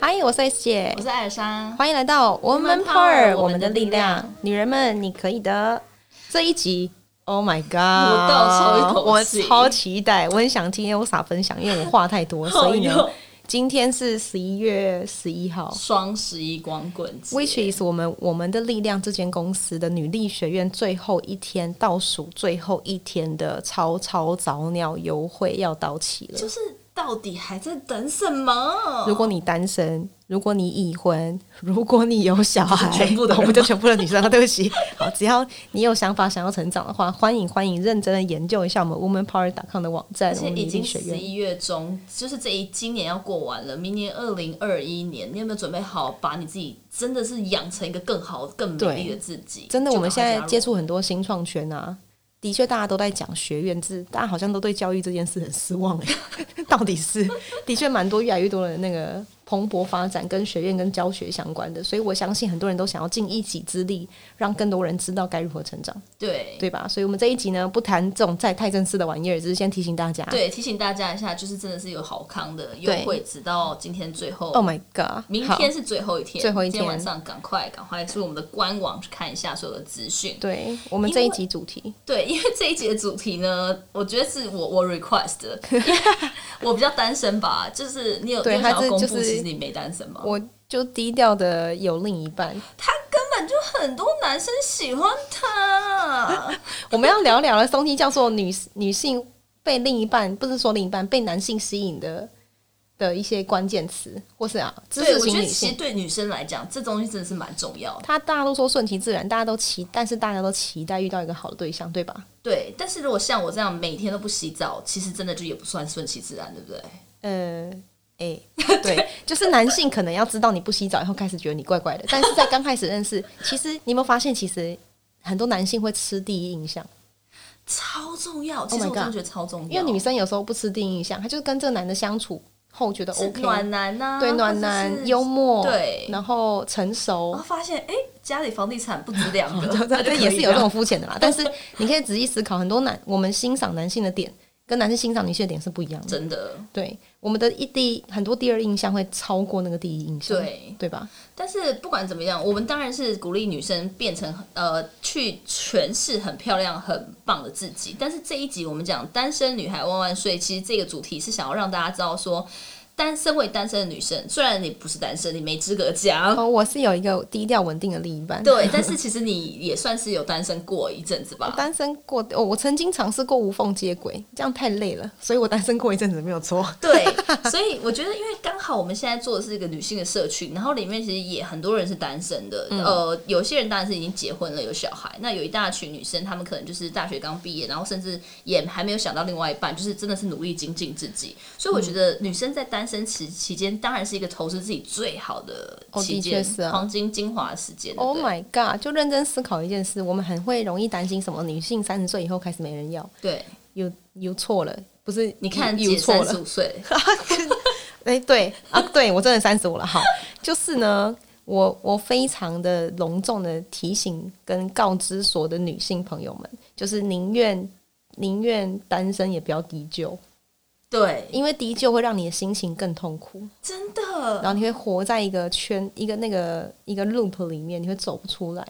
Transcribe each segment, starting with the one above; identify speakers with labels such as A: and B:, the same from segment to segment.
A: 嗨，我是 S 姐
B: 我，是艾尔莎。
A: 欢迎来到 Woman Power，
B: Woman Power，
A: 我们的
B: 我们的
A: 力
B: 力量
A: 量，女人们，你可以的。这一集，Oh my God，
B: 我倒抽一口
A: 我
B: 气
A: 超期待，我很想听 Elsa 分享，因为我话太 多，哦
B: 好
A: 所以呢
B: 用，
A: 今天是十一月十一号。
B: 双十一光棍节
A: Which is 我们我们的力量这间公司的女力学院最后一天倒数最后一天的超超早鸟优惠要到期了。
B: 就是到底还在等什么？
A: 如果你单身，如果你已婚， 如果你有小孩，
B: 全部的人吗
A: 我们就全部的女生了。对不起， 好，只要你有想法、想要成长的话，欢迎欢迎认真的研究一下我们 womanpower.com 的网站，
B: 而
A: 我
B: 且
A: 们
B: 已
A: 女力
B: 经
A: 学
B: 十
A: 院。
B: 一月中，就是这一今年要过完了，明年二零二一年，你有没有准备好把你自己真的是养成一个更好、更美丽的自己？
A: 真的，
B: 就
A: 我
B: 赶快
A: 们现在
B: 加入
A: 接触很多新创圈啊，的确大家都在讲学院制，大家好像都对教育这件事很失望哎、 到底是的确蛮多越来越多的那个蓬勃发展跟学院跟教学相关的，所以我相信很多人都想要尽一己之力，让更多人知道该如何成长。
B: 对
A: 对吧？所以，我们这一集呢，不谈这种再太正式的玩意儿，只是先提醒大家。
B: 对，提醒大家一下，就是真的是有好康的优
A: 对
B: 惠，直到今天最后。
A: ，Oh my God！
B: 明
A: 好
B: 天是最后一天，
A: 最后一
B: 今天晚
A: 天
B: 上赶快赶快去我们的官网去看一下所有的资讯。
A: 对我们这一集主题，
B: 对，因为这一集的主题呢，我觉得是我我 request 的，因为我比较单身吧，就是你有
A: 对
B: 你有想
A: 他是
B: 要公
A: 就
B: 布，
A: 是
B: 其实你没单身吗？
A: 我就低调的有另一半。
B: 他根本就很多男生喜欢他，
A: 我们要聊聊的东西叫做女女性被另一半，不是说另一半被男性吸引的的一些关键词，或是啊，知
B: 对，
A: 识
B: 我
A: 型
B: 觉得
A: 女
B: 其实
A: 性。
B: 对女生来讲，这东西真的是蛮重要的。
A: 他大家都说顺其自然，大家都期，但是大家都期待遇到一个好的对象，对吧？
B: 对，但是如果像我这样每天都不洗澡，其实真的就也不算顺其自然，对不对？
A: 呃， 哎、对，就是男性可能要知道你不洗澡以后开始觉得你怪怪的，但是在刚开始认识，其实你有没有发现，其实很多男性会吃第一印象，
B: 超重要，其实
A: Oh my
B: 我真的
A: God
B: 觉得超重要，
A: 因为女生有时候不吃第一印象，她就是跟这个男的相处后觉得
B: 是
A: OK，
B: 暖男呐、
A: 对，
B: 或
A: 暖
B: 者
A: 男、
B: 是
A: 幽默，
B: 对
A: 然后成熟
B: 然 后。发现哎、诶家里房地产不止两个，那就
A: 这
B: 可
A: 也是
B: 以
A: 有这
B: 了
A: 种肤浅的啦，但是你可以仔细思考，很多男我们欣赏男性的点，跟男性欣赏女性的点是不一样的。
B: 真的。
A: 对，我们的一第一很多第二印象会超过那个第一印象，
B: 对
A: 对吧？
B: 但是不管怎么样，我们当然是鼓励女生变成呃去诠释很漂亮、很棒的自己。但是这一集我们讲单身女孩万万岁，其实这个主题是想要让大家知道说，单身为单身的女生，虽然你不是单身，你没资格讲。
A: 哦，我是有一个低调稳定的另一半，
B: 对，但是其实你也算是有单身过一阵子吧。
A: 单身过，哦，我曾经尝试过无缝接轨，这样太累了，所以我单身过一阵子没有错。
B: 对，所以我觉得，因为刚好我们现在做的是一个女性的社群，然后里面其实也很多人是单身的，
A: 嗯
B: 呃，有些人当然是已经结婚了，有小孩，那有一大群女生，她们可能就是大学刚毕业，然后甚至也还没有想到另外一半，就是真的是努力精进自己。所以我觉
A: 嗯
B: 得女生在单身期期间，当然是一个投资自己最好的
A: 哦
B: 期
A: 的
B: 间，
A: 确是啊
B: 黄金精华的时间。
A: Oh
B: 对不
A: my god！就认真思考一件事，我们很会容易担心什么女性三十岁以后开始没人要，
B: 对，对
A: 有有错了，不是？
B: 你看
A: 有
B: 姐
A: 错
B: 三
A: 了
B: 十，五岁，
A: 哎、对啊，对我真的三十五了。好， 就是呢，我我非常的隆重的提醒跟告知所有的女性朋友们，就是宁愿宁愿单身也不要低就，
B: 对，
A: 因为低就会让你的心情更痛苦，
B: 真的
A: 然后你会活在一个圈、一个那个一个 loop 里面，你会走不出来，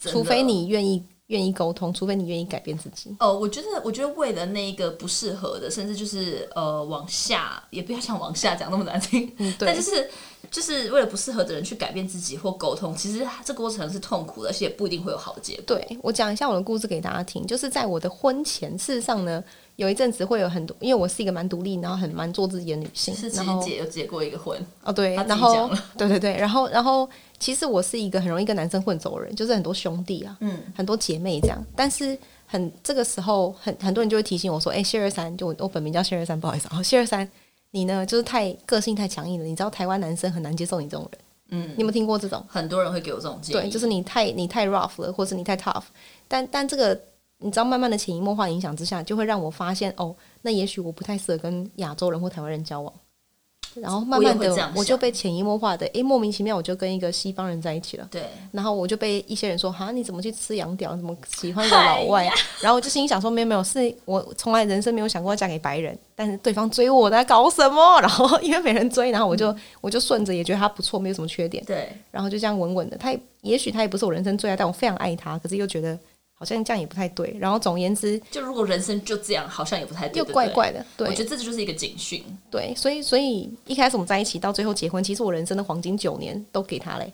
B: 真的
A: 除非你愿意愿意沟通，除非你愿意改变自己。
B: 哦，我觉得，我觉得为了那一个不适合的，甚至就是呃往下，也不要想往下讲那么难听，
A: 嗯，对
B: 但就。是就是为了不适合的人去改变自己或沟通，其实这过程是痛苦的，而且也不一定会有好的结果。
A: 对我讲一下我的故事给大家听，就是在我的婚前，事实上呢，有一阵子会有很多，因为我是一个蛮独立，然后很蛮做自己的女性
B: 是，
A: 然
B: 琪
A: 后
B: 姐有结过一个婚，
A: 哦对，
B: 她自己
A: 然后
B: 讲了
A: 对对对，然后然后其实我是一个很容易跟男生混走的人，就是很多兄弟啊，
B: 嗯，
A: 很多姐妹这样，但是很这个时候很很多人就会提醒我说，哎、谢二三，就我我本名叫谢二三，不好意思啊，谢二三，你呢就是太个性太强硬了，你知道台湾男生很难接受你这种人，
B: 嗯，
A: 你有没有听过这种？
B: 很多人会给我这种建议，
A: 对，就是你太你太 rough 了，或是你太 tough，但但这个你知道，慢慢的潜移默化影响之下，就会让我发现哦，那也许我不太适合跟亚洲人或台湾人交往，然后慢慢
B: 我也会这样
A: 的
B: 想
A: 我就被潜移默化的，诶，莫名其妙我就跟一个西方人在一起了。
B: 对，
A: 然后我就被一些人说：“哈，你怎么去吃羊屌？你怎么喜欢个老外啊
B: 哎呀？”
A: 然后我就心里想说：“没有没有，是我从来人生没有想过要嫁给白人，但是对方追我，我在搞什么？”然 后因为没人追，然后我就、
B: 嗯
A: 我就顺着，也觉得他不错，没有什么缺点，
B: 对，
A: 然后就这样稳稳的。他也也许他也不是我人生最爱，但我非常爱他，可是又觉得好像这样也不太对。然后总而言之，
B: 就如果人生就这样，好像也不太对，
A: 又
B: 对不
A: 怪
B: 对
A: 怪的。对，
B: 我觉得这就是一个警讯。
A: 对，所以所以一开始我们在一起，到最后结婚，其实我人生的黄金九年都给他嘞。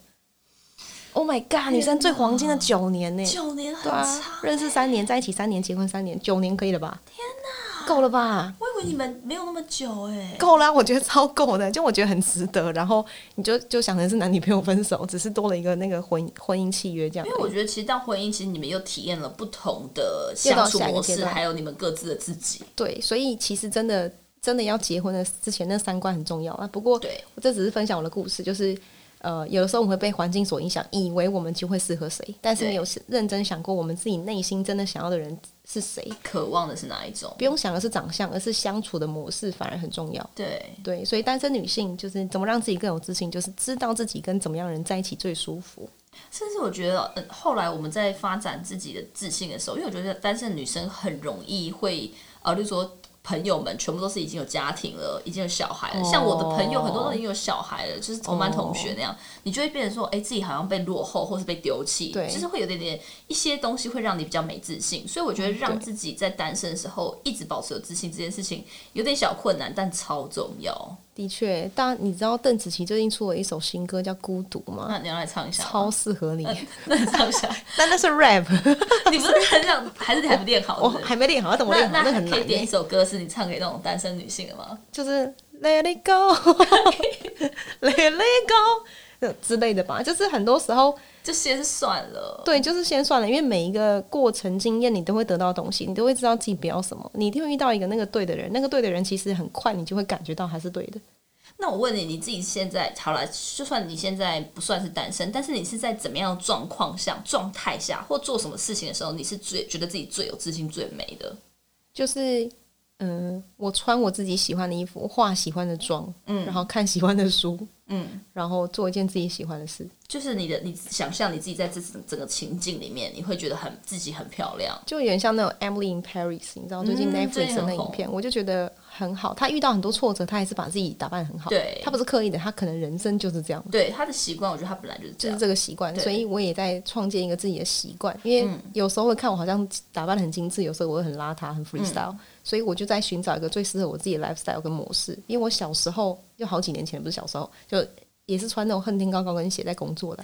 A: Oh my god，女生最黄金的九年呢、
B: 九年
A: 对
B: 很
A: 啊
B: 长，，
A: 认识三年，在一起三年，结婚三年，九年可以了吧？天哪，够了吧？
B: 我以为你们没有那么久哎、
A: 够啊啦，我觉得超够的，就我觉得很值得。然后你就就想成是男女朋友分手，只是多了一个那个婚婚姻契约这样而已。
B: 因为我觉得，其实到婚姻，其实你们又体验了不同的
A: 又到
B: 相处
A: 下一个
B: 模
A: 阶
B: 式，
A: 段
B: 还有你们各自的自己。
A: 对，所以其实真的真的要结婚的之前，那三观很重要啊。不过
B: 对，
A: 我这只是分享我的故事，就是呃，有的时候我们会被环境所影响，以为我们就会适合谁，但是
B: 对
A: 没有认真想过我们自己内心真的想要的人是谁。
B: 渴望的是哪一种？
A: 不用想的是长相，而是相处的模式反而很重要。
B: 对，
A: 对，所以单身女性就是怎么让自己更有自信，就是知道自己跟怎么样的人在一起最舒服。
B: 甚至我觉得，嗯，后来我们在发展自己的自信的时候，因为我觉得单身女生很容易会，呃，例如说朋友们全部都是已经有家庭了，已经有小
A: 哦
B: 孩了。像我的朋友很多都已经有小孩了，就是同班同学那样，
A: 哦
B: 你就会变成说，哎、自己好像被落后或是被丢弃，
A: 对
B: 就是会有点点一些东西会让你比较没自信。所以我
A: 嗯
B: 觉得让自己在单身的时候一直保持有自信这件事情有点小困难，但超重要。
A: 的确，当然你知道邓紫棋最近出了一首新歌叫《孤独》吗？
B: 那你要来唱一下吗，
A: 超适合你，
B: 那你 唱一下，
A: 嗯但那是 rap，
B: 你不是很想，还是你还没练好
A: 我
B: 是不是
A: 还没练好，要等我
B: 那
A: 练好，那很
B: 可
A: 难
B: 以点一
A: 欸。
B: 首歌是你唱给那种单身女性的吗？
A: 就是 Let it go，Let it go 呃之类的吧。就是很多时候，
B: 就先算了。
A: 对，就是先算了，因为每一个过程经验，你都会得到东西，你都会知道自己不要什么，你一定会遇到一个那个对的人，那个对的人其实很快你就会感觉到他是对的。
B: 那我问你，你自己现在好了，就算你现在不算是单身，但是你是在怎么样的状况下、状态下，或做什么事情的时候，你是最觉得自己最有自信、最美的？
A: 就是嗯、我穿我自己喜欢的衣服，化喜欢的妆，嗯，然后看喜欢的书，
B: 嗯，
A: 然后做一件自己喜欢的事，
B: 就是你的，你想象你自己在这整整个情境里面，你会觉得很自己很漂亮。
A: 就有点像那种 Emily in Paris，你知道最近
B: 嗯最
A: Netflix
B: 近
A: 的
B: 很
A: 那影片，我就觉得很好。她遇到很多挫折，她还是把自己打扮得很好。
B: 对
A: 她不是刻意的，她可能人生就是这样，
B: 对他的习惯，我觉得他本来就是这
A: 就是
B: 样。
A: 这个习惯。
B: 对嗯
A: 所以我也在创建一个自己的习惯，因为有时候会看我好像打扮得很精致，有时候我会很邋遢、
B: 嗯
A: 很 freestyle，、所以我就在寻找一个最适合我自己的 lifestyle 跟模式。因为我小时候就好几年前，不是小时候，就也是穿那种恨天高高跟鞋在工 作的，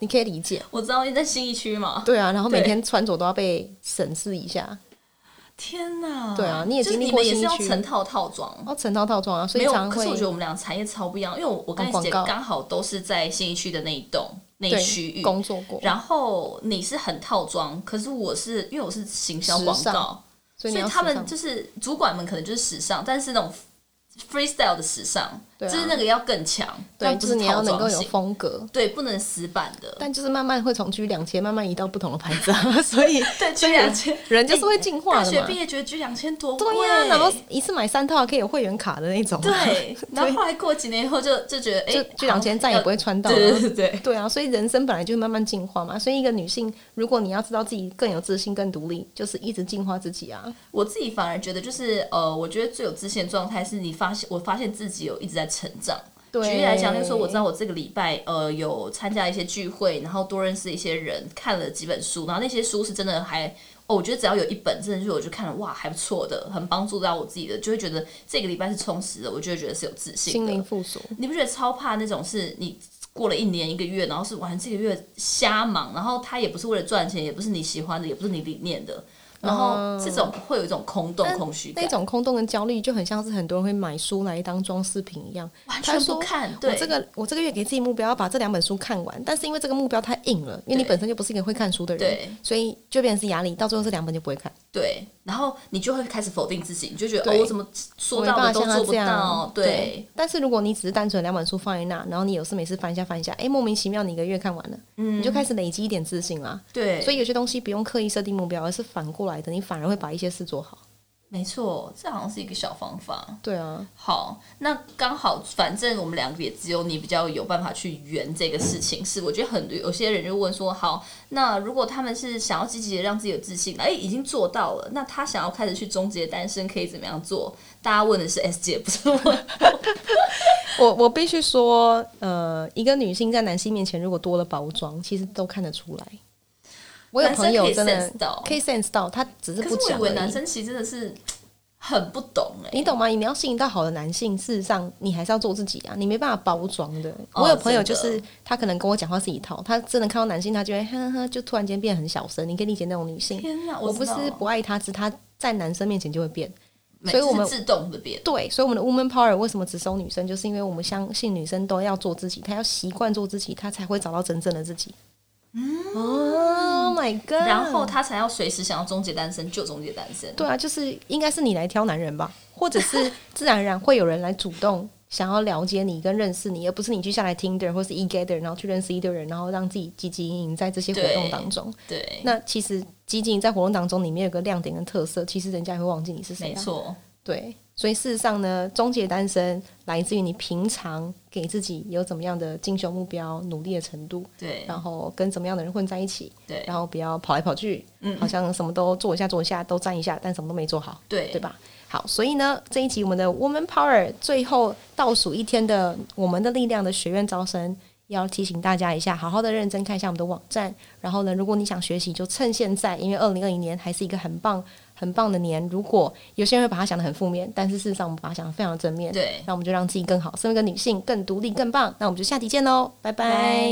A: 你可以理解。
B: 我知道你在新一区嘛？
A: 对啊，然后每
B: 对
A: 天穿着都要被审视一下，
B: 天哪！
A: 对啊你也
B: 就是
A: 经历
B: 你
A: 过
B: 们也是
A: 信义
B: 要
A: 区
B: 成套套装。
A: 哦，成套套装啊，所以
B: 没有，
A: 常
B: 可
A: 会
B: 是我觉得我们俩产业超不一样，因为我我跟
A: 哦广
B: 姐
A: 告
B: 刚好都是在新一区的那一栋那一
A: 对
B: 区域，
A: 工作过，
B: 然后你是很套装，可是我是因为我是行销
A: 时
B: 广
A: 尚
B: 告，
A: 所以
B: 所
A: 你
B: 以
A: 要
B: 他
A: 时
B: 们
A: 尚
B: 就是主管们可能就是时尚，但是那种 freestyle 的时尚，
A: 对啊
B: 就是那个要更强，
A: 对，
B: 但
A: 就
B: 不
A: 是你要
B: 套
A: 能够
B: 装
A: 有
B: 型，
A: 风格，
B: 对，不能死板的，
A: 但就是慢慢会从居两千慢慢移到不同的牌子啊， 所以
B: 对，居两千，
A: 人就是会进化
B: 大
A: 的
B: 学
A: 嘛
B: 毕。业觉得居两千多贵，欸
A: 对啊呀、然后一次买三套还可以有会员卡的那种啊、
B: 对，然后后来过几年以后就就觉得，哎，
A: 就居两千再也不会穿到
B: 好像要
A: 了。
B: 对对对对。
A: 对啊，所以人生本来就是慢慢进化嘛。所以一个女性，如果你要知道自己更有自信、更独立，就是一直进化自己啊。
B: 我自己反而觉得，就是呃，我觉得最有自信的状态是你发现，我发现自己有一直在成长。
A: 对
B: 举例来讲，那时候我知道我这个礼拜呃有参加一些聚会，然后多认识一些人，看了几本书，然后那些书是真的还哦，我觉得只要有一本真的是我就看了哇，还不错的，很帮助到我自己的，就会觉得这个礼拜是充实的，我就会觉得是有自信
A: 心
B: 的。
A: 灵富足，
B: 你不觉得超怕那种是你过了一年一个月，然后是完这个月瞎忙，然后他也不是为了赚钱，也不是你喜欢的，也不是你理念的，然后这种会有一种空洞、空虚
A: 嗯
B: 感
A: 那，种空洞跟焦虑，就很像是很多人会买书来当装饰品一样。
B: 完
A: 他
B: 全
A: 说
B: 不看。
A: 我
B: 对，
A: 这个我这个月给自己目标要把这两本书看完，但是因为这个目标太硬了，因为你
B: 对
A: 本身就不是一个会看书的人
B: 对，
A: 所以就变成是压力，到最后这两本就不会看。
B: 对，然后你就会开始否定自己，你就觉得
A: 对
B: 哦，我怎么说
A: 没
B: 到的
A: 办法
B: 都
A: 像他
B: 做不
A: 这
B: 到
A: 样，。
B: 对，
A: 但是如果你只是单纯两本书放在那，然后你有事没事翻一下翻一下，哎、莫名其妙你一个月看完了，
B: 嗯
A: 你就开始累积一点自信啦。
B: 对，
A: 所以有些东西不用刻意设定目标，而是反过来的，你反而会把一些事做好。
B: 没错，这好像是一个小方法。
A: 对啊，
B: 好，那刚好，反正我们两个也只有你比较有办法去圆这个事情。是，我觉得很多有些人就问说，好，那如果他们是想要积极的让自己有自信，哎，已经做到了，那他想要开始去终结单身，可以怎么样做？大家问的是 S 姐，不是我。
A: 我我必须说，呃，一个女性在男性面前如果多了包装，其实都看得出来。我有
B: 男生
A: 朋友
B: 可以
A: 真的
B: sense 到
A: 可以 sense 到，他只是
B: 可
A: 不
B: 是我以
A: 讲
B: 为
A: 而已
B: 男生其实真的是很不懂哎、
A: 你懂吗？你要吸引到好的男性，事实上你还是要做自己啊，你没办法包装的。
B: 哦
A: 我有朋友就
B: 真
A: 是他可能跟我讲话是一套，他真的看到男性，他就会呵呵，就突然间变很小声。你可以理解那种女性，
B: 天哪，
A: 我不
B: 知
A: 是
B: 道
A: 不爱他，只是他在男生面前就会变。
B: 没
A: 所以我
B: 这是
A: 们
B: 自动的变。
A: 对，所以我们的 woman power 为什么只收女生，就是因为我们相信女生都要做自己，她要习惯做自己，她才会找到真正的自己。嗯，Oh my god！
B: 然后他才要随时想要终结单身就终结单身，
A: 对啊，就是应该是你来挑男人吧，或者是 自然而然会有人来主动想要了解你跟认识你，而不是你去下来 Tinder 或是 eGather，然后去认识一堆人，然后让自己积极营营在这些活动当中。
B: 对，
A: 那其实积极营在活动当中，里面有个亮点跟特色，其实人家也会忘记你是谁、
B: 没
A: 啊。
B: 错。
A: 对，所以事实上呢，终结单身来自于你平常给自己有怎么样的进修目标、努力的程度，
B: 对
A: 然后跟怎么样的人混在一起，
B: 对
A: 然后不要跑来跑去，好像什么都做一下做一下，都站一下，但什么都没做好，
B: 对
A: 对吧？好，所以呢，这一集我们的 Woman Power 最后倒数一天的我们的力量的学院招生。要提醒大家一下，好好的认真看一下我们的网站。然后呢，如果你想学习，就趁现在，因为二零二零年还是一个很棒、很棒的年。如果有些人会把它想得很负面，但是事实上我们把它想得非常的正面。
B: 对
A: 那我们就让自己更好，身为一个女性更独立、更棒。那我们就下集见喽，拜拜。
B: 拜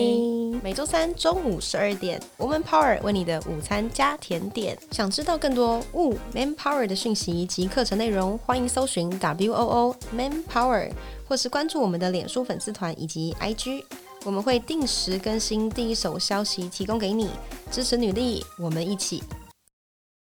A: 每周三中午十二点，Woman Power 为你的午餐加甜点。想知道更多 Wo Man Power 的讯息及课程内容，欢迎搜寻 W O O Man Power，或是关注我们的脸书粉丝团以及 IG。我们会定时更新第一手消息，提供给你支持女力，我们一起